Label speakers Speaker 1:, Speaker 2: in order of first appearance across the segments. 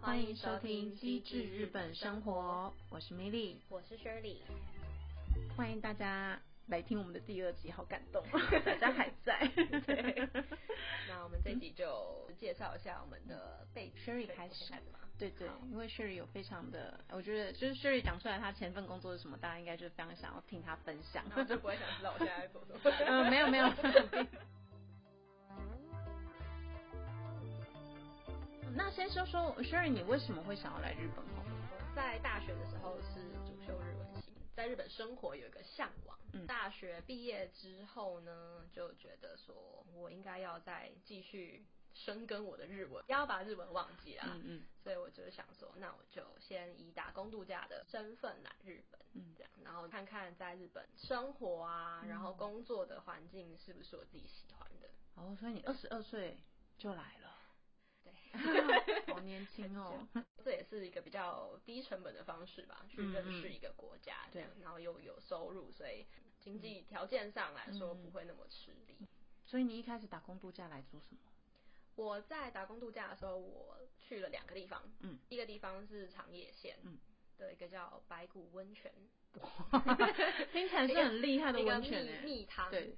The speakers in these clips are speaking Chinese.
Speaker 1: 欢迎收听《机智日本生活》，我是米莉，
Speaker 2: 我是 Shirley。
Speaker 1: 欢迎大家来听我们的第二集，好感动， 大家还 在。
Speaker 2: 对，那我们这集就介绍一下我们的背景
Speaker 1: Shirley 嗯开始
Speaker 2: 嘛。
Speaker 1: 对对
Speaker 2: 好，
Speaker 1: 因为 Sherry 有非常的，我觉得就是 Sherry 讲出来她前份工作是什么，大家应该就是非常想要听她分享。
Speaker 2: 那我就 不会想知道我现在在做什么。
Speaker 1: 嗯，没有没有。 那先说说 Sherry，你为什么会想要来日本哦？
Speaker 2: 我在大学的时候是主修日文系，在日本生活有一个向往。
Speaker 1: 嗯
Speaker 2: 大学毕业之后呢，就觉得说我应该要再继续深耕我的日文，不要把日文忘记啦。
Speaker 1: 嗯嗯
Speaker 2: 所以我就是想说，那我就先以打工度假的身份来日本，
Speaker 1: 嗯
Speaker 2: 这样，然后看看在日本生活啊，然后工作的环境是不是我自己喜欢的。
Speaker 1: 哦，所以你二十二岁就来了，
Speaker 2: 对，
Speaker 1: 好年轻 哦。
Speaker 2: 这也是一个比较低成本的方式吧，去
Speaker 1: 嗯
Speaker 2: 认识一个国家，这样，然后又有收入，所以经济条件上来说
Speaker 1: 嗯
Speaker 2: 不会那么吃力。
Speaker 1: 所以你一开始打工度假来做 什么？
Speaker 2: 我在打工度假的时候，我去了两个地方，
Speaker 1: 嗯，
Speaker 2: 一个地方是长野县，
Speaker 1: 嗯，
Speaker 2: 的一个叫白骨温泉，
Speaker 1: 听起来是很厉害的温泉
Speaker 2: 一个
Speaker 1: 诶。
Speaker 2: 蜜蜜汤，
Speaker 1: 对，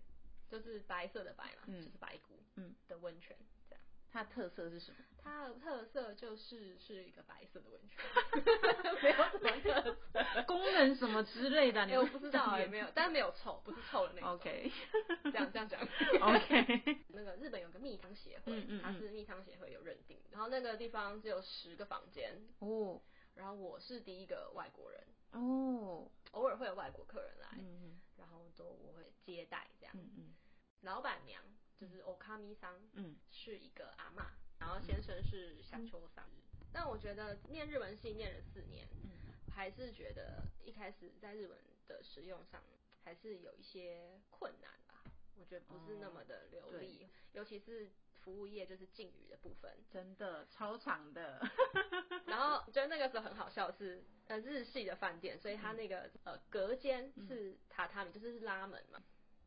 Speaker 2: 就是白色的白嘛，
Speaker 1: 嗯
Speaker 2: 就是白骨，
Speaker 1: 嗯
Speaker 2: 的温泉这样。
Speaker 1: 它的特色是什么？
Speaker 2: 它的特色就是是一个白色的温 泉，没有什么特色。
Speaker 1: 功能什么之类的？
Speaker 2: 哎、
Speaker 1: 你
Speaker 2: 我 不知道哎、
Speaker 1: 也
Speaker 2: 没有，但是没有臭，不是臭的那种。
Speaker 1: OK
Speaker 2: 这样这样讲。
Speaker 1: OK，
Speaker 2: 那个日本有个蜜汤协会，
Speaker 1: 嗯嗯嗯
Speaker 2: 它是蜜汤协会有认定，然后那个地方只有十个房间，
Speaker 1: 哦
Speaker 2: 然后我是第一个外国人，
Speaker 1: 哦，
Speaker 2: 偶尔会有外国客人来，
Speaker 1: 嗯
Speaker 2: 然后都我会接待哎这样。
Speaker 1: 嗯嗯
Speaker 2: 老板娘就是 Okami 桑，
Speaker 1: 嗯
Speaker 2: 是一个阿嬷，然后先生是小秋桑。但我觉得念日文系念了四年，
Speaker 1: 嗯
Speaker 2: 还是觉得一开始在日文的使用上还是有一些困难吧。我觉得不是那么的流利，尤其是服务业就是敬语的部分。
Speaker 1: 嗯真的超长的，
Speaker 2: 然后我觉得那个时候很好笑是，呃，日系的饭店，所以它那
Speaker 1: 嗯
Speaker 2: 个呃隔间是榻榻米，就是拉门嘛。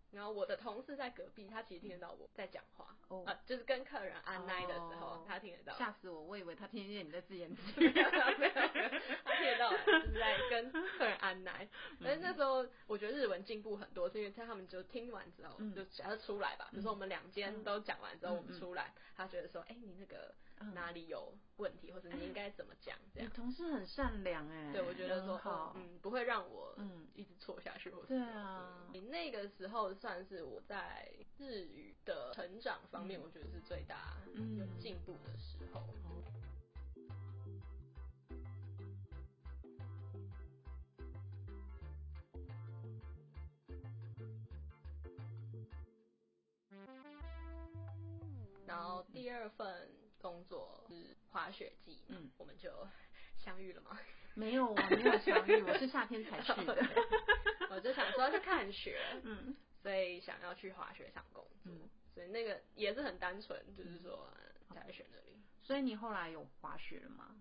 Speaker 2: 然后我的同事在隔壁，他其实听得到我在讲话，
Speaker 1: 哦
Speaker 2: 呃，就是跟客人安奈的时候
Speaker 1: 哦，
Speaker 2: 他听得到，
Speaker 1: 吓死我！我以为他听见你在自言自
Speaker 2: 没有
Speaker 1: 语。
Speaker 2: 没有没有他听得到，就是在跟客人安奈。
Speaker 1: 嗯
Speaker 2: 但是那时候我觉得日文进步很多，是因为他们就听完之后
Speaker 1: 嗯
Speaker 2: 就假设出来吧，比如说我们两间都讲完之后，我们出来，他觉得说，哎，你那个
Speaker 1: 嗯
Speaker 2: 哪里有问题，或者你应该怎么讲这样
Speaker 1: 你。同事很善良哎，
Speaker 2: 对，我觉得
Speaker 1: 人
Speaker 2: 说，哦
Speaker 1: 好，
Speaker 2: 嗯，不会让我
Speaker 1: 嗯
Speaker 2: 一直错下去或者
Speaker 1: 对
Speaker 2: 什么
Speaker 1: 啊
Speaker 2: 嗯那个时候算是我在日语的成长方面，我觉得是最大
Speaker 1: 嗯
Speaker 2: 有进步的时候。然后第二份工作是滑雪季，
Speaker 1: 嗯
Speaker 2: 嗯，我们就相遇了嘛。
Speaker 1: 没有啊，没有相遇，我是夏天才 去的。
Speaker 2: 我就想说去看雪，
Speaker 1: 嗯，
Speaker 2: 所以想要去滑雪场工作，
Speaker 1: 嗯
Speaker 2: 所以那个也是很单纯，就是说呃才选那里。
Speaker 1: 所以你后来有滑雪了吗？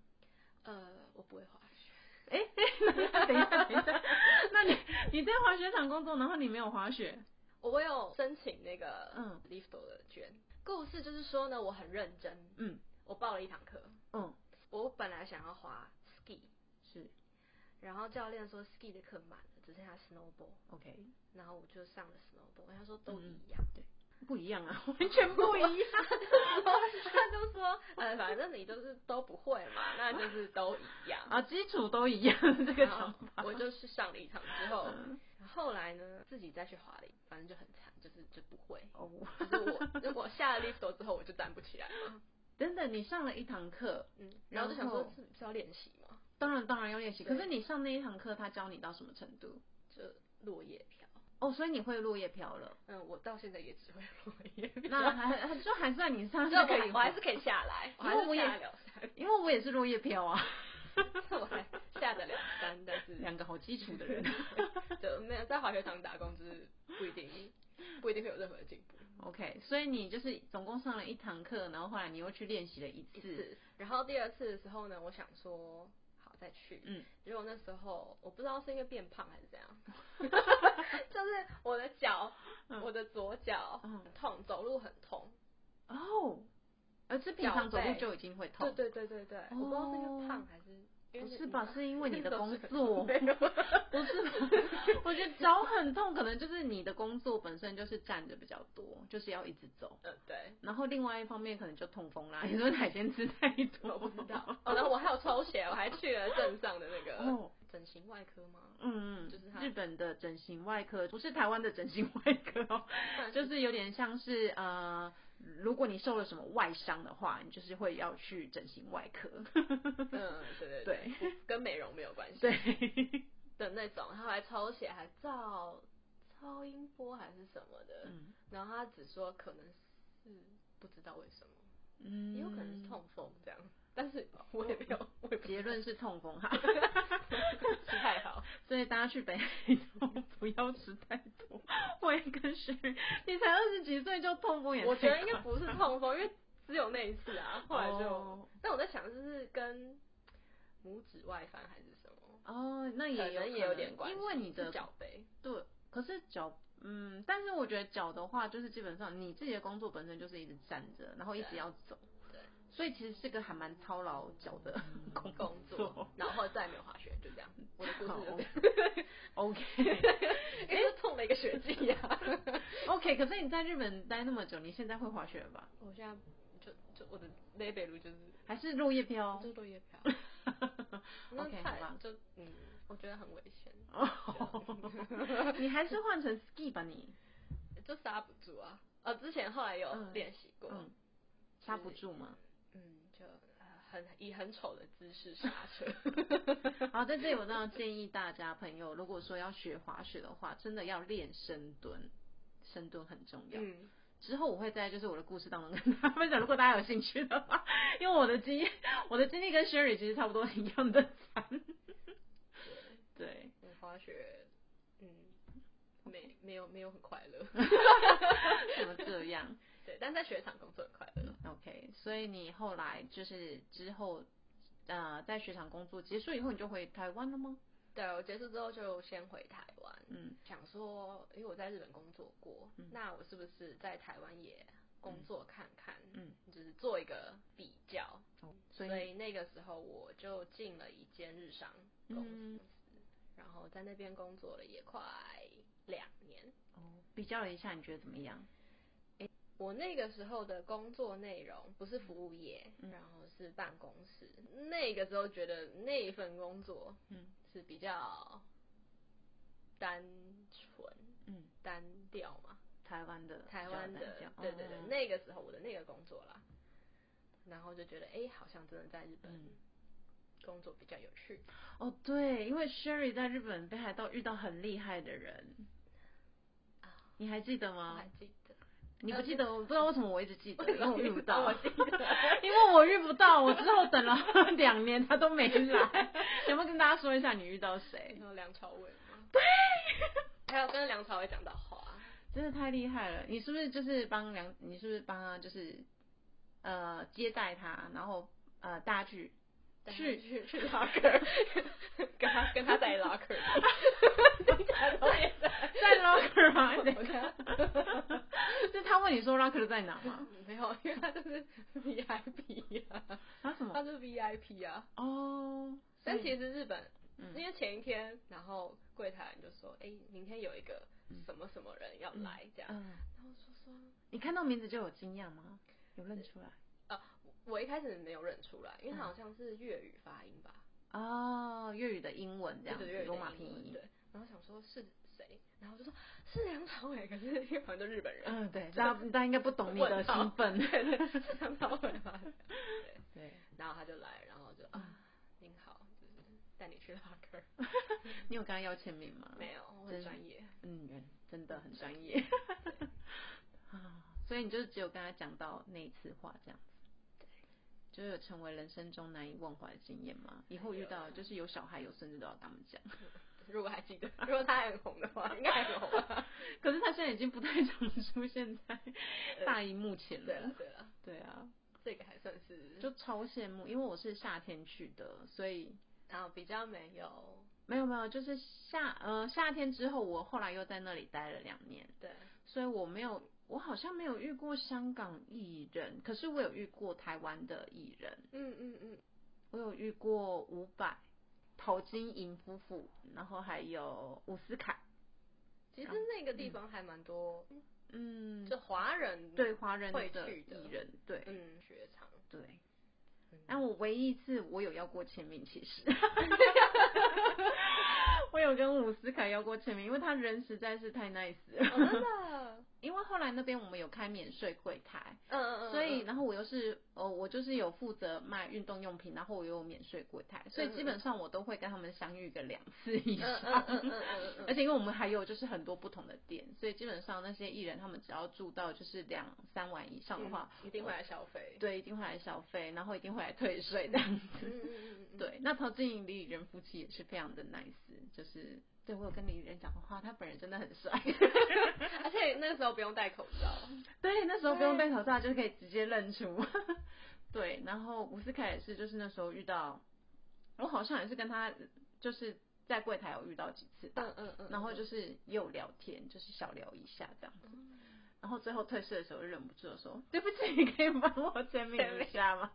Speaker 2: 呃，我不会滑雪，
Speaker 1: 等一下，等一下， 那你你在滑雪场工作，然后你没有滑雪？
Speaker 2: 我有申请那个
Speaker 1: 嗯
Speaker 2: 嗯 lift 的券。故事就是说呢，我很认真，
Speaker 1: 嗯
Speaker 2: 我报了一堂课，
Speaker 1: 嗯，
Speaker 2: 我本来想要滑 ski，
Speaker 1: 是
Speaker 2: 然后教练说 ski 的课满了，只剩下 snowboard，
Speaker 1: OK，
Speaker 2: 然后我就上了 snowboard，他说都
Speaker 1: 嗯
Speaker 2: 一样。
Speaker 1: 不一样啊， 完全不一样。
Speaker 2: 他就说，呃，反正你就是都不会嘛， 那就是都一样。
Speaker 1: 啊，基础都一样，这 个
Speaker 2: 然
Speaker 1: 想
Speaker 2: 后
Speaker 1: 法。
Speaker 2: 我就是上了一场之后，
Speaker 1: 嗯
Speaker 2: 后来呢自己再去滑了一，反正就很惨，就是就不会。
Speaker 1: 哦，
Speaker 2: 就是我，就我下了 lift 之后我就站不起来嘛，
Speaker 1: 等等，你上了一堂课，
Speaker 2: 嗯，然后就想
Speaker 1: 然
Speaker 2: 说
Speaker 1: 后
Speaker 2: 是是要练习嘛，
Speaker 1: 当然当然要练习。可
Speaker 2: 对
Speaker 1: 是你上那一堂课，他教你到什么程度？
Speaker 2: 就落叶飘。
Speaker 1: 哦，所以你会落叶飘 了，
Speaker 2: 嗯，我到现在也只会落叶飘，
Speaker 1: 那还还就还算你上
Speaker 2: 就我
Speaker 1: 是可
Speaker 2: 还
Speaker 1: 以
Speaker 2: 我
Speaker 1: 滑
Speaker 2: 还是可以下来，我还
Speaker 1: 因为我
Speaker 2: 是
Speaker 1: 也
Speaker 2: 下得了山，
Speaker 1: 因为我也是落叶飘啊，
Speaker 2: 我还下得了山，但是
Speaker 1: 两个好基础的人。
Speaker 2: 就没有在滑雪场打工，就是不一定不一定会有任何的进步。
Speaker 1: OK，所以你就是总共上了一堂课，然后后来你又去练习了一
Speaker 2: 一
Speaker 1: 次，
Speaker 2: 次，然后第二次的时候呢，我想说好再去，
Speaker 1: 嗯，
Speaker 2: 结果那时候我不知道是因为变胖还是怎 样，就是我的脚，
Speaker 1: 嗯
Speaker 2: 我的左脚
Speaker 1: 嗯
Speaker 2: 很痛，走路很痛，
Speaker 1: 哦，而是平常走
Speaker 2: 脚
Speaker 1: 路
Speaker 2: 背
Speaker 1: 就已经会
Speaker 2: 对
Speaker 1: 痛，
Speaker 2: 对对对对，我不知道是因为胖还是因
Speaker 1: 哦不
Speaker 2: 为
Speaker 1: 是吧？
Speaker 2: 你
Speaker 1: 是因为你的工
Speaker 2: 都
Speaker 1: 作
Speaker 2: 是，没有
Speaker 1: 不是， 我觉得脚很痛，可能就是你的工作本身就是站着比较多，就是要一直走。
Speaker 2: 嗯，对，
Speaker 1: 然后另外一方面可能就痛风啦，你说海鲜吃太多，
Speaker 2: 我不知道。哦，然后我还有抽血，我还去了镇上的那个
Speaker 1: 哦，
Speaker 2: 整形外科吗？
Speaker 1: 嗯，
Speaker 2: 就是它
Speaker 1: 日本的整形外科，不是台湾的整形外科哦， 就是有点像是呃，如果你受了什么外伤的话，你就是会要去整形外科。
Speaker 2: 嗯，对对
Speaker 1: 对，
Speaker 2: 跟美容没有关系
Speaker 1: 对，
Speaker 2: 的那种，然后还抽血，还照超音波还是什么的，
Speaker 1: 嗯
Speaker 2: 然后他只说可能是不知道为什么，
Speaker 1: 嗯哦
Speaker 2: 也有可能是。痛风这样，但是我也没有，我也不
Speaker 1: 结论是痛风哈，
Speaker 2: 是太好，
Speaker 1: 所以大家去北海 道不要吃太多。我也跟谁，你才二十几岁就痛风也太
Speaker 2: 我觉得应
Speaker 1: 快
Speaker 2: 该不是痛风，因为只有那一次啊，后来就，
Speaker 1: 哦
Speaker 2: 但我在想就是跟拇指外翻还是什么，
Speaker 1: 哦，那
Speaker 2: 可
Speaker 1: 也有
Speaker 2: 能也
Speaker 1: 可
Speaker 2: 有
Speaker 1: 能
Speaker 2: 点关系，
Speaker 1: 因为你的
Speaker 2: 是脚背，
Speaker 1: 对，可是脚，嗯，但是我觉得脚的话，就是基本上你自己的工作本身就是一直站着，然后一直
Speaker 2: 对
Speaker 1: 要走，
Speaker 2: 对，
Speaker 1: 所以其实是个还蛮操劳脚的嗯 工嗯
Speaker 2: 工作，然后再也没有滑雪，就这样，我的故事就
Speaker 1: 好
Speaker 2: 是
Speaker 1: OK
Speaker 2: 因为就痛了一个雪季啊。
Speaker 1: OK，可是你在日本待那么久，你现在会滑雪了吧？
Speaker 2: 我现在就就我的那北路就是
Speaker 1: 还是落叶飘
Speaker 2: 就落叶飘， 那
Speaker 1: 哦？OK，好
Speaker 2: 太
Speaker 1: 吧。
Speaker 2: 就嗯，我觉得很危险，
Speaker 1: 哦， 你还是换成 ski 吧你，
Speaker 2: 就刹不住啊。呃，之前后来有
Speaker 1: 嗯
Speaker 2: 练习过，
Speaker 1: 嗯，刹不住吗？
Speaker 2: 嗯，就呃很以很丑的姿势刹车。
Speaker 1: 好，在这里我真的建议大家朋友，如果说要学滑雪的话，真的要练深蹲，深蹲很重 要。
Speaker 2: 嗯，
Speaker 1: 之后我会在就是我的故事当中跟大家分享，如果大家有兴趣的话， 因为我的经验，我的经历跟 Sherry 其实差不多一样的惨。对，
Speaker 2: 我滑雪，嗯，没没有没有很快乐，
Speaker 1: 怎么这样
Speaker 2: 对，但在雪场工作很快乐。
Speaker 1: ？OK，所以你后来就是之后，呃，在雪场工作结束以后，你就回台湾了吗？
Speaker 2: 对我结束之后就先回台湾，
Speaker 1: 嗯，
Speaker 2: 想说，因为我在日本工作过，那我是不是在台湾也工作看看？
Speaker 1: 嗯，
Speaker 2: 就是做一个比较。
Speaker 1: 哦，所
Speaker 2: 所
Speaker 1: 以
Speaker 2: 以那个时候我就进了一间日商公司，
Speaker 1: 嗯
Speaker 2: 然后在那边工作了也快两年。
Speaker 1: 哦，比较了一下，你觉得怎么样？
Speaker 2: 我那个时候的工作内容不是服务业，
Speaker 1: 嗯
Speaker 2: 然后是办公室。那个时候觉得那一份工作，
Speaker 1: 嗯
Speaker 2: 是比较单纯、
Speaker 1: 嗯，
Speaker 2: 单调嘛。
Speaker 1: 台湾的
Speaker 2: 台湾
Speaker 1: 比较单
Speaker 2: 的
Speaker 1: 调，
Speaker 2: 对对对
Speaker 1: 哦，
Speaker 2: 那个时候我的那个工作啦，然后就觉得哎、诶好像真的在日本
Speaker 1: 嗯
Speaker 2: 工作比较有趣，
Speaker 1: 哦，对，因为 Sherry 在日本北海道遇到很厉害的人，你还记得
Speaker 2: 我
Speaker 1: 吗
Speaker 2: 啊还？记得，
Speaker 1: 你不记得？我不知道为什么我一直记得，因为我遇不到
Speaker 2: 我，记得，
Speaker 1: 因为我遇不到，我之后等了 两年他都没来。 你有没有跟大家说一下你遇到谁？
Speaker 2: 然后梁朝伟嘛，对， 还有跟梁朝伟讲到话，
Speaker 1: 真的太厉害了！你是不是就是帮梁？你是不是帮他就是呃接待他，然后呃大家去 去
Speaker 2: 去去 locker，跟 他跟他在 locker，
Speaker 1: 在 locker 吗？
Speaker 2: 我看
Speaker 1: 是他问你说 locker 在哪吗？
Speaker 2: 没有，因为他就是 VIP 啊，
Speaker 1: 啊什么？
Speaker 2: 他是 VIP 啊，
Speaker 1: 哦，
Speaker 2: 但
Speaker 1: 所以
Speaker 2: 其实日本
Speaker 1: 嗯
Speaker 2: 因为前一天，然后柜台人就说：“哎、明天有一个什么什么人要来，这样。
Speaker 1: 嗯，”
Speaker 2: 然后说说，
Speaker 1: 你看到名字就有惊讶吗？有认出来？
Speaker 2: 我一开始没有认出来，因为他
Speaker 1: 嗯
Speaker 2: 好像是粤语发音吧，
Speaker 1: 哦，粤语的英文这样
Speaker 2: 对对，粤
Speaker 1: 子，
Speaker 2: 语
Speaker 1: 罗马
Speaker 2: 的
Speaker 1: 拼
Speaker 2: 英文
Speaker 1: 音。
Speaker 2: 对。然后想说是谁，然后就说是梁朝伟，可是因为好像就日本人，
Speaker 1: 嗯，对， 大家大家应该不懂你的兴奋。
Speaker 2: 是梁朝伟吗？
Speaker 1: 对，
Speaker 2: 然后他就来，然后就啊，您好，就是带你去拉客，
Speaker 1: 你有跟他要签名吗？
Speaker 2: 没有，我很专业，
Speaker 1: 嗯，真的很专业。啊，所以你就只有跟他讲到那一次话这样子。就是有成为人生中难以忘怀的经验吗？以后遇到就是有小孩有孙子都要跟他们讲。
Speaker 2: 如果还记得，如果他还很红的 话，应该还很红吧？
Speaker 1: 可是他现在已经不太常出现 在大荧幕前
Speaker 2: 对
Speaker 1: 了
Speaker 2: 了。对了，
Speaker 1: 对啊，
Speaker 2: 这个还算是
Speaker 1: 就超羡慕，因为我是夏天去的，所以
Speaker 2: 然后比较没有，
Speaker 1: 没有没有，就是夏呃夏天之后，我后来又在那里待了两年，
Speaker 2: 对，
Speaker 1: 所以我没有我好像没有遇过香港艺人，可是我有遇过台湾的艺人，
Speaker 2: 嗯嗯嗯，
Speaker 1: 我有遇过伍佰、陶晶莹夫妇，然后还有伍思凯，
Speaker 2: 其实那个地方还蛮多，
Speaker 1: 嗯，
Speaker 2: 就华人
Speaker 1: 对华人
Speaker 2: 会
Speaker 1: 的
Speaker 2: 去的
Speaker 1: 艺人，对
Speaker 2: 嗯雪场，
Speaker 1: 对。但我唯一一次我有要过签名，其 实我有跟伍思凯要过签名，因为他人实在是太 nice 了。
Speaker 2: 哦真 的，
Speaker 1: 因为后来那边我们有开免税柜台，
Speaker 2: 嗯嗯嗯，
Speaker 1: 所以然后我又是呃我就是有负责卖运动用品，然后我又有免税柜台，所以基本上我都会跟他们相遇个两次以
Speaker 2: 嗯嗯嗯嗯
Speaker 1: 上。
Speaker 2: 嗯嗯嗯，
Speaker 1: 而且因为我们还有就是很多不同的店，所以基本上那些艺人他们只要住到就是两三晚以上的话，
Speaker 2: 嗯一定会来消费，
Speaker 1: 对，一定会来消费，然后一定会来退税这样
Speaker 2: 嗯
Speaker 1: 子。
Speaker 2: 嗯嗯嗯，
Speaker 1: 对，那陶晶莹、李李仁夫妻也是非常的 nice，就是对我有跟李李仁讲过话，他本人真的很帅。
Speaker 2: 而且那个时候不用戴口罩，
Speaker 1: 对，那时候不用戴口罩，就是可以直接认出。 对，然后伍思凯也是，就是那时候遇到，我好像也是跟他就是在柜台有遇到几次吧，
Speaker 2: 嗯嗯嗯，
Speaker 1: 然后就是也有聊天，就是小聊一下这样子。
Speaker 2: 嗯
Speaker 1: 然后最后退税的时候，就忍不住地说：“对不起，你可以帮我签名一下吗？”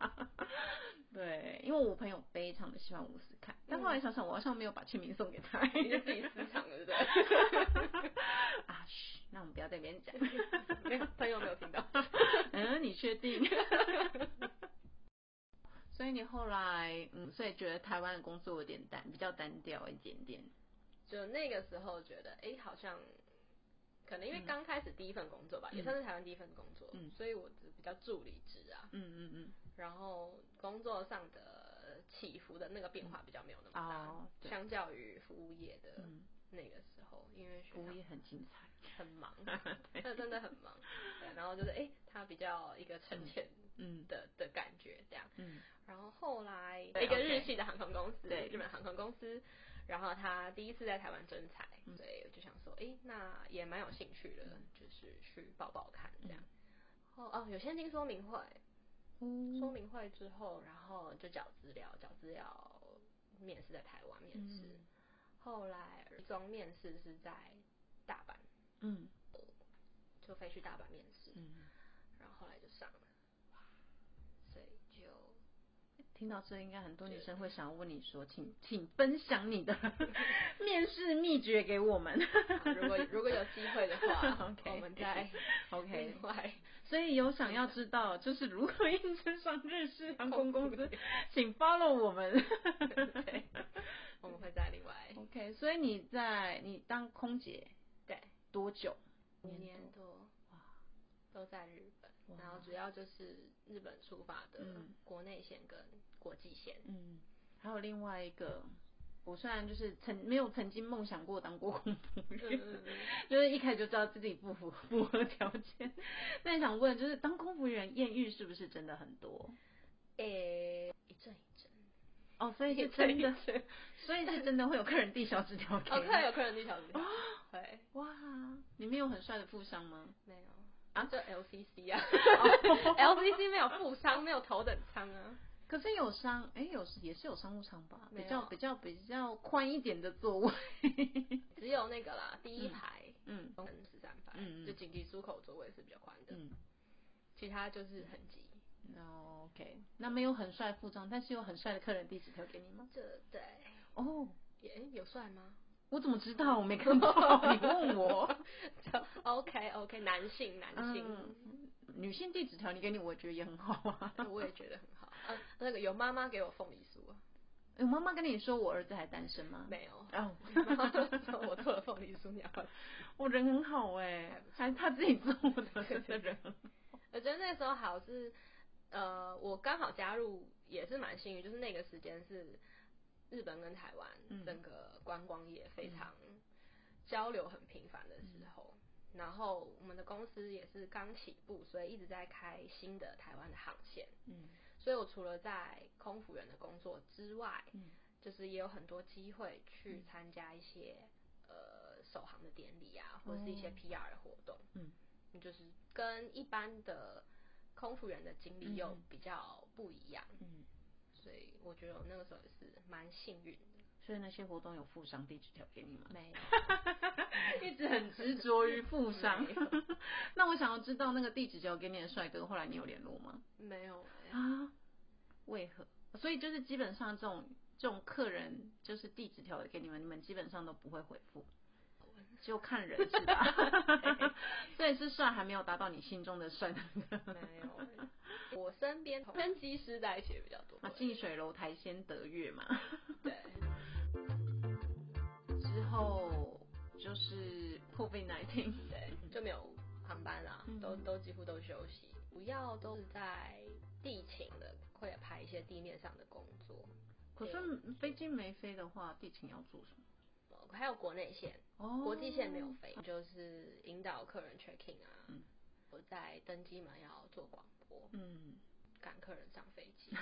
Speaker 1: 对，因为我朋友非常的喜欢伍思凯，但后来想想，我好像没有把签名送给他。
Speaker 2: 嗯你就自己私藏了，对不对？
Speaker 1: 啊，嘘，那我们不要在那边 讲。
Speaker 2: 没有朋友没有听到，
Speaker 1: 嗯，你确定？ 所以你后来，嗯，所以觉得台湾的工作有点单，比较单调一点点。
Speaker 2: 就那个时候觉得，哎、好像可能因为刚开始第一份工作吧，也算是台湾第一份工作，
Speaker 1: 嗯
Speaker 2: 所以我只比较助理职啊，
Speaker 1: 嗯嗯
Speaker 2: 然后工作上的起伏的那个变化比较没有那么
Speaker 1: 嗯，
Speaker 2: 大，
Speaker 1: 哦，对，
Speaker 2: 相较于服务业的
Speaker 1: 嗯，
Speaker 2: 那个时候，因为学
Speaker 1: 服务
Speaker 2: 长
Speaker 1: 业很精彩。
Speaker 2: 很 忙，那真的很忙，对，然后就是哎、诶他比较一个沉潜
Speaker 1: 嗯
Speaker 2: 的、的感觉这样。
Speaker 1: 嗯
Speaker 2: 然后后来
Speaker 1: 对
Speaker 2: 一个
Speaker 1: OK
Speaker 2: 日系的航空公司，
Speaker 1: 对
Speaker 2: 日本航空公司，然后他第一次在台湾征才，
Speaker 1: 嗯
Speaker 2: 所以我就想说，诶，那也蛮有兴趣的，就是去报报看这样。哦哦，有先听说明会，说
Speaker 1: 嗯
Speaker 2: 明会之后，然后就找资料，找资料面试在台湾面试，
Speaker 1: 嗯
Speaker 2: 后来中面试是在大阪，
Speaker 1: 嗯
Speaker 2: 就飞去大阪面试，
Speaker 1: 嗯，
Speaker 2: 然后后来就上了，所以就
Speaker 1: 听到这应该很多女生会想要问你说，请请分享你 的面试秘诀给我们。
Speaker 2: 啊 如果如果有机会的 话
Speaker 1: OK
Speaker 2: 我们再
Speaker 1: OK，
Speaker 2: 另外
Speaker 1: 所以有想要知道就是如何应征上日式航空公司，请 follow 我们。
Speaker 2: 对，我们会再另外
Speaker 1: OK，所以你在你当空姐
Speaker 2: 对
Speaker 1: 多久？
Speaker 2: 五
Speaker 1: 年
Speaker 2: 年多都在日本，然后主要就是日本出发的
Speaker 1: 嗯
Speaker 2: 国内线跟国际线，
Speaker 1: 嗯，还有另外一个，我虽然就是曾没有曾经梦想过当过空服
Speaker 2: 嗯
Speaker 1: 员，
Speaker 2: 嗯嗯
Speaker 1: 就是一开始就知道自己不符符合条件。那你想问，就是当空服员艳遇是不是真的很多？
Speaker 2: 诶、一阵一阵，
Speaker 1: 哦，所以 是
Speaker 2: 一阵
Speaker 1: 真
Speaker 2: 一
Speaker 1: 的，
Speaker 2: 阵，
Speaker 1: 所以是真的会有客人递小纸条给
Speaker 2: 哦，
Speaker 1: 你。
Speaker 2: 客人有客人立小纸条，对，
Speaker 1: 哇，你们有很帅的富商吗？
Speaker 2: 没有
Speaker 1: 啊
Speaker 2: 就 LCC 啊 ，LCC 没有负伤，没有头等舱啊，
Speaker 1: 可是有商，哎、有也是有商务舱吧，
Speaker 2: 没
Speaker 1: 比
Speaker 2: 有
Speaker 1: 较比较比较宽一点的座位。
Speaker 2: 只有那个啦，第一排
Speaker 1: 嗯
Speaker 2: 中十三排，
Speaker 1: 嗯嗯
Speaker 2: 就紧急出口座位是比较宽的，
Speaker 1: 嗯
Speaker 2: 其他就是很挤，
Speaker 1: 那，OK，那没有很帅的副装，但是有很帅的客人递纸条给你吗？
Speaker 2: 这对，
Speaker 1: 哦，
Speaker 2: 也诶有帅吗？
Speaker 1: 我怎么知道？我没看到，你问我。
Speaker 2: 就 OK OK，男性男 性，
Speaker 1: 女性递纸条，你给你，我觉得也很好 啊。
Speaker 2: 我也觉得很好，嗯，那个有妈妈给我凤梨酥啊，
Speaker 1: 我妈妈跟你说我儿子还单身吗？，
Speaker 2: 没有
Speaker 1: 哦，
Speaker 2: 然后就说我做了凤梨酥，你要不要吃
Speaker 1: 我人很好哎、
Speaker 2: 还不错
Speaker 1: 还他自己做的，真的人很好。
Speaker 2: 我觉得那时候好是，呃，我刚好加入也是蛮幸运，就是那个时间是日本跟台湾
Speaker 1: 嗯
Speaker 2: 整个观光业非常交流很频繁的时候。然后我们的公司也是刚起步，所以一直在开新的台湾的航线。
Speaker 1: 嗯
Speaker 2: 所以我除了在空服员的工作之外，
Speaker 1: 嗯
Speaker 2: 就是也有很多机会去参加一些、呃首航的典礼啊，或者是一些
Speaker 1: 哦
Speaker 2: PR 的活动，
Speaker 1: 嗯，
Speaker 2: 就是跟一般的空服员的经历又比较不一样，
Speaker 1: 嗯，
Speaker 2: 所以我觉得我那个时候也是蛮幸运的，
Speaker 1: 所以那些活动有附上地址条给你吗？
Speaker 2: 没有，
Speaker 1: 一直很执着于附 上
Speaker 2: 没。
Speaker 1: 那我想要知道那个地址条给你的帅哥，后来你有联络吗？
Speaker 2: 没有欸、
Speaker 1: 啊？为何？所以就是基本上这种这种客人就是地址条给你们，你们基本上都不会回复，就看人是吧？ 所以是帅还没有达到你心中的帅。
Speaker 2: 没有 欸、我身边跟技师在一起的比较多
Speaker 1: 啊，，近水楼台先得月嘛。
Speaker 2: 对，
Speaker 1: 之后就是 COVID 19，
Speaker 2: 对，就没有航班啦，
Speaker 1: 嗯
Speaker 2: 都都几乎都休息，主要都是在地勤的，会排一些地面上的工作，
Speaker 1: 可是飞机没飞的话，地勤要做什么？
Speaker 2: 呃还有国内线、
Speaker 1: 哦
Speaker 2: 国际线没有飞，就是引导客人 check in 啊，
Speaker 1: 嗯
Speaker 2: 我在登机门要做广播，
Speaker 1: 嗯
Speaker 2: 赶客人上飞 机。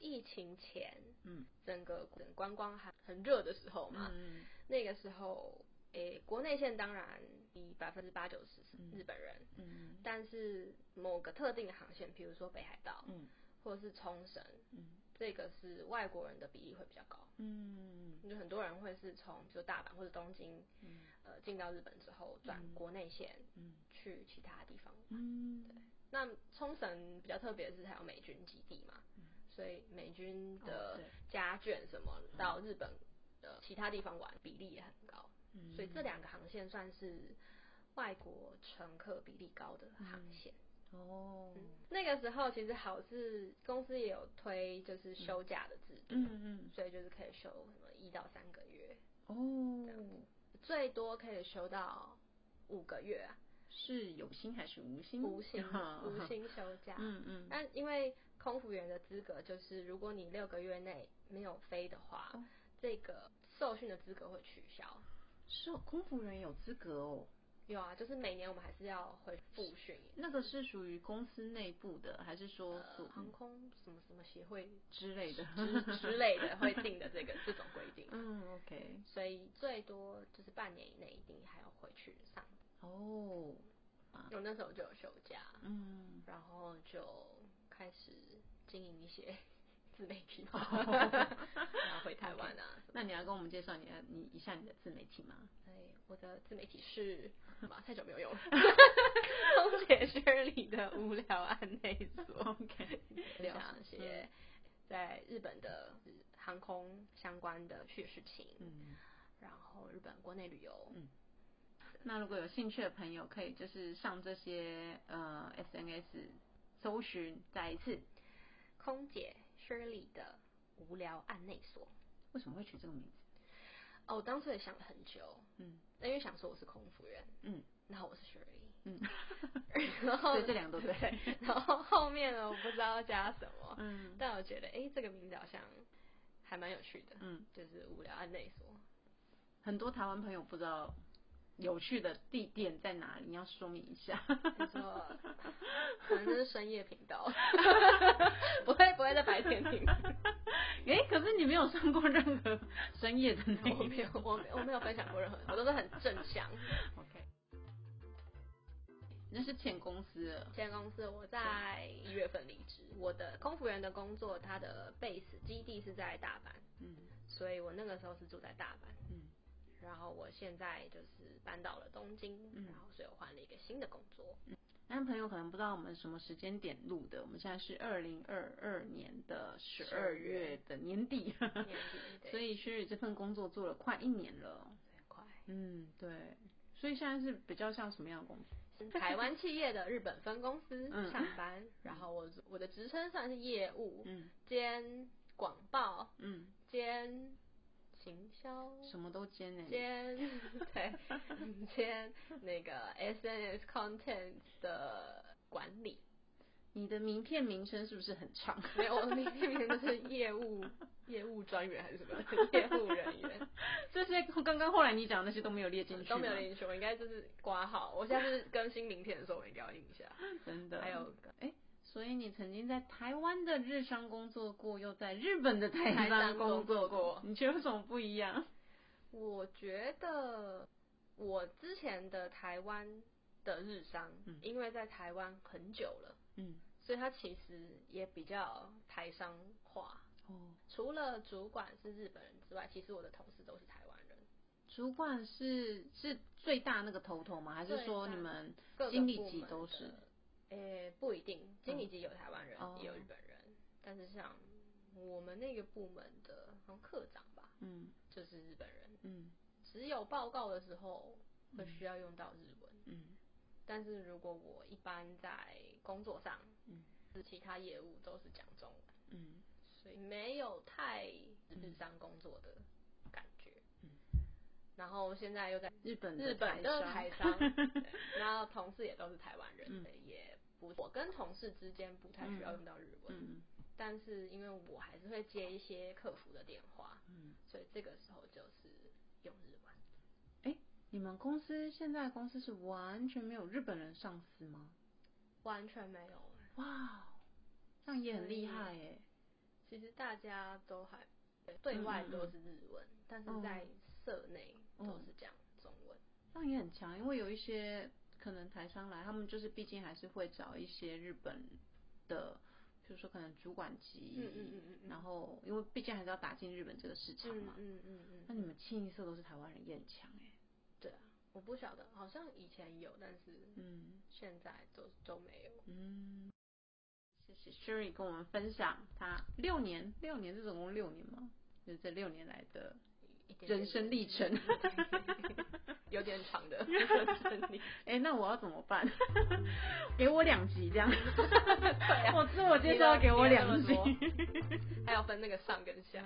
Speaker 2: 疫情前，
Speaker 1: 嗯
Speaker 2: 整个整个观光还很热的时候嘛，
Speaker 1: 嗯
Speaker 2: 那个时候，诶、国内线当然以百分之八九十是日本人，
Speaker 1: 嗯
Speaker 2: 但是某个特定的航线，比如说北海道，
Speaker 1: 嗯
Speaker 2: 或者是冲绳，
Speaker 1: 嗯
Speaker 2: 这个是外国人的比例会比较高。
Speaker 1: 嗯
Speaker 2: 就很多人会是从比如大阪或者东京，
Speaker 1: 嗯
Speaker 2: 呃，进到日本之后转国内线
Speaker 1: 嗯
Speaker 2: 去其他地方。
Speaker 1: 嗯，
Speaker 2: 那冲绳比较特别的是还有美军基地嘛，所以美军
Speaker 1: 嗯哦
Speaker 2: 的
Speaker 1: 对
Speaker 2: 家眷什么到日本的其他地方玩比例也很高，
Speaker 1: 嗯
Speaker 2: 所以这两个航线算是外国乘客比例高的航线。
Speaker 1: 哦，
Speaker 2: 那个时候其实好是公司也有推就是休假的制度，
Speaker 1: 嗯嗯
Speaker 2: 所以就是可以休什么一到三个月，
Speaker 1: 哦，
Speaker 2: 最多可以休到五个月、啊，
Speaker 1: 是有心还是无心？
Speaker 2: 无薪无啊哎薪休假。
Speaker 1: 嗯嗯，
Speaker 2: 但因为空服员的资格就是，如果你六个月内没有飞的话，
Speaker 1: 哦
Speaker 2: 这个受训的资格会取消。
Speaker 1: 是哦空服人有资格哦。
Speaker 2: 有啊，就是每年我们还是要回复训。
Speaker 1: 那个是属于公司内部的，还是说
Speaker 2: 呃
Speaker 1: 组
Speaker 2: 航空什么什么协会
Speaker 1: 之类的？
Speaker 2: 之之类的会定的这个这种规定，
Speaker 1: 嗯，OK，
Speaker 2: 所以最多就是半年以内一定还要回去上。
Speaker 1: 哦，
Speaker 2: 我那时候就有休假，
Speaker 1: 嗯，
Speaker 2: 然后就开始经营一些 自媒体，然后回台湾啊。
Speaker 1: 那你要跟我们介绍你的你一下你的自媒体吗？
Speaker 2: 所以我的自媒体是，哇，太久没有用了，空姐 Shirley 的无聊案 内所，
Speaker 1: OK，
Speaker 2: 分享一些在日本的航空相关的趣事情，
Speaker 1: 嗯，
Speaker 2: 然后日本国内旅游，
Speaker 1: 那如果有兴趣的朋友，可以就是上这些呃 SNS 搜寻，再一次
Speaker 2: 空姐 Shirley 的无聊案内所。
Speaker 1: 为什么会取这个名字？
Speaker 2: 哦，我当初也想了很久，
Speaker 1: 嗯
Speaker 2: 因为想说我是空服员，
Speaker 1: 嗯，
Speaker 2: 然后我是 Shirley，
Speaker 1: 嗯，
Speaker 2: 然后
Speaker 1: 所以这两个都对，
Speaker 2: 然后后面呢，我不知道加什么，
Speaker 1: 嗯
Speaker 2: 但我觉得，哎、这个名字好像还蛮有趣的，
Speaker 1: 嗯，
Speaker 2: 就是无聊案内所。
Speaker 1: 很多台湾朋友不知道有趣的地点在哪里，你要说明一 下。
Speaker 2: 他说，可能就是深夜频 道， 不会不会在白天听。
Speaker 1: 哎、可是你没有上过任何深夜的内
Speaker 2: 我
Speaker 1: 容
Speaker 2: 没有，我没有我没有分享过任何，我都是很正向。
Speaker 1: ，OK，那是前公司了，
Speaker 2: 前公司我在一月份离职，我的空服员的工作，它的 base 基地是在大阪，
Speaker 1: 嗯
Speaker 2: 所以我那个时候是住在大阪。
Speaker 1: 嗯
Speaker 2: 然后我现在就是搬到了东京，
Speaker 1: 嗯
Speaker 2: 然后所以我换了一个新的工作。
Speaker 1: 但朋友可能不知道我们什么时间点录的，我们现在是二零二二年的十二月的年底，
Speaker 2: 年底对
Speaker 1: 所以薛宇这份工作做了快一年了。
Speaker 2: 很快。
Speaker 1: 嗯，对，所以现在是比较像什么样的工作？
Speaker 2: 台湾企业的日本分公司
Speaker 1: 嗯
Speaker 2: 上班，然后我我的职称算是业务
Speaker 1: 嗯
Speaker 2: 兼广报
Speaker 1: 嗯，
Speaker 2: 兼行销
Speaker 1: 什么都兼呢、
Speaker 2: 兼 对兼那个 SNS content 的管理。
Speaker 1: 你的名片名称是不是很长？
Speaker 2: 没有，我的名片就是业务业务专员还是什么业务人员，
Speaker 1: 这些刚刚后来你讲的那些都没有列进去，
Speaker 2: 都没有，连续，我应该就是挂号。我下次更新名片的时候，我应该要印一下。
Speaker 1: 真的。
Speaker 2: 还有
Speaker 1: 所以你曾经在台湾的日商工作过，又在日本的台
Speaker 2: 台
Speaker 1: 商
Speaker 2: 商
Speaker 1: 工作
Speaker 2: 工作过
Speaker 1: 你觉得有什么不一样？
Speaker 2: 我觉得我之前的台湾的日商，
Speaker 1: 嗯
Speaker 2: 因为在台湾很久了，
Speaker 1: 嗯，
Speaker 2: 所以它其实也比较台商化，
Speaker 1: 哦，
Speaker 2: 除了主管是日本人之外，其实我的同事都是台湾人，
Speaker 1: 主管是是最大那个头头吗？还是说
Speaker 2: 最大
Speaker 1: 你们
Speaker 2: 各个
Speaker 1: 嗯经理
Speaker 2: 部
Speaker 1: 级
Speaker 2: 门
Speaker 1: 都
Speaker 2: 的
Speaker 1: 是。
Speaker 2: 诶、不一定，经理级有台湾人，
Speaker 1: 哦
Speaker 2: 也有日本人，但是像我们那个部门的，好像课长吧，
Speaker 1: 嗯
Speaker 2: 就是日本人。
Speaker 1: 嗯
Speaker 2: 只有报告的时候会需要用到日文，
Speaker 1: 嗯
Speaker 2: 但是如果我一般在工作上，
Speaker 1: 嗯
Speaker 2: 是其他业务都是讲中文，
Speaker 1: 嗯
Speaker 2: 所以没有太日商工作的感觉。
Speaker 1: 嗯
Speaker 2: 然后现在又在
Speaker 1: 日本
Speaker 2: 日本
Speaker 1: 的
Speaker 2: 的
Speaker 1: 台
Speaker 2: 台
Speaker 1: 商
Speaker 2: 商， 对然后同事也都是台湾人，
Speaker 1: 嗯
Speaker 2: 所以也不，我跟同事之间不太需要用到日文，
Speaker 1: 嗯
Speaker 2: 但是因为我还是会接一些客服的电话，
Speaker 1: 嗯，
Speaker 2: 所以这个时候就是用日文。
Speaker 1: 你们公司现在公司是完全没有日本人上司吗？
Speaker 2: 完全没有，
Speaker 1: 哇，这样也很厉害耶。
Speaker 2: 其实大家都还对外
Speaker 1: 嗯嗯嗯
Speaker 2: 都是日文，但是
Speaker 1: 嗯
Speaker 2: 在社内都
Speaker 1: 嗯
Speaker 2: 是讲中文。
Speaker 1: 这样也很强，因为有一些可能台商来，他们就是毕竟还是会找一些日本的，比如说可能主管级，
Speaker 2: 嗯嗯嗯嗯嗯
Speaker 1: 然后因为毕竟还是要打进日本这个市场嘛。
Speaker 2: 嗯嗯
Speaker 1: 那你们清一色都是台湾人，也很强哎。
Speaker 2: 对啊，我不晓得，好像以前有，但是
Speaker 1: 嗯
Speaker 2: 现在都都没有。
Speaker 1: 嗯，谢谢 Sherry 跟我们分享他六年，六年是总共六年吗？就是这六年来的
Speaker 2: 一点点
Speaker 1: 人生历程。
Speaker 2: 有点长的 人生 历程，
Speaker 1: 哎、那我要怎么办？ 给我两集这样。 我自我介
Speaker 2: 你
Speaker 1: 绍
Speaker 2: 们
Speaker 1: 给我
Speaker 2: 别那
Speaker 1: 两
Speaker 2: 么
Speaker 1: 集。
Speaker 2: 多还要分那个上跟下。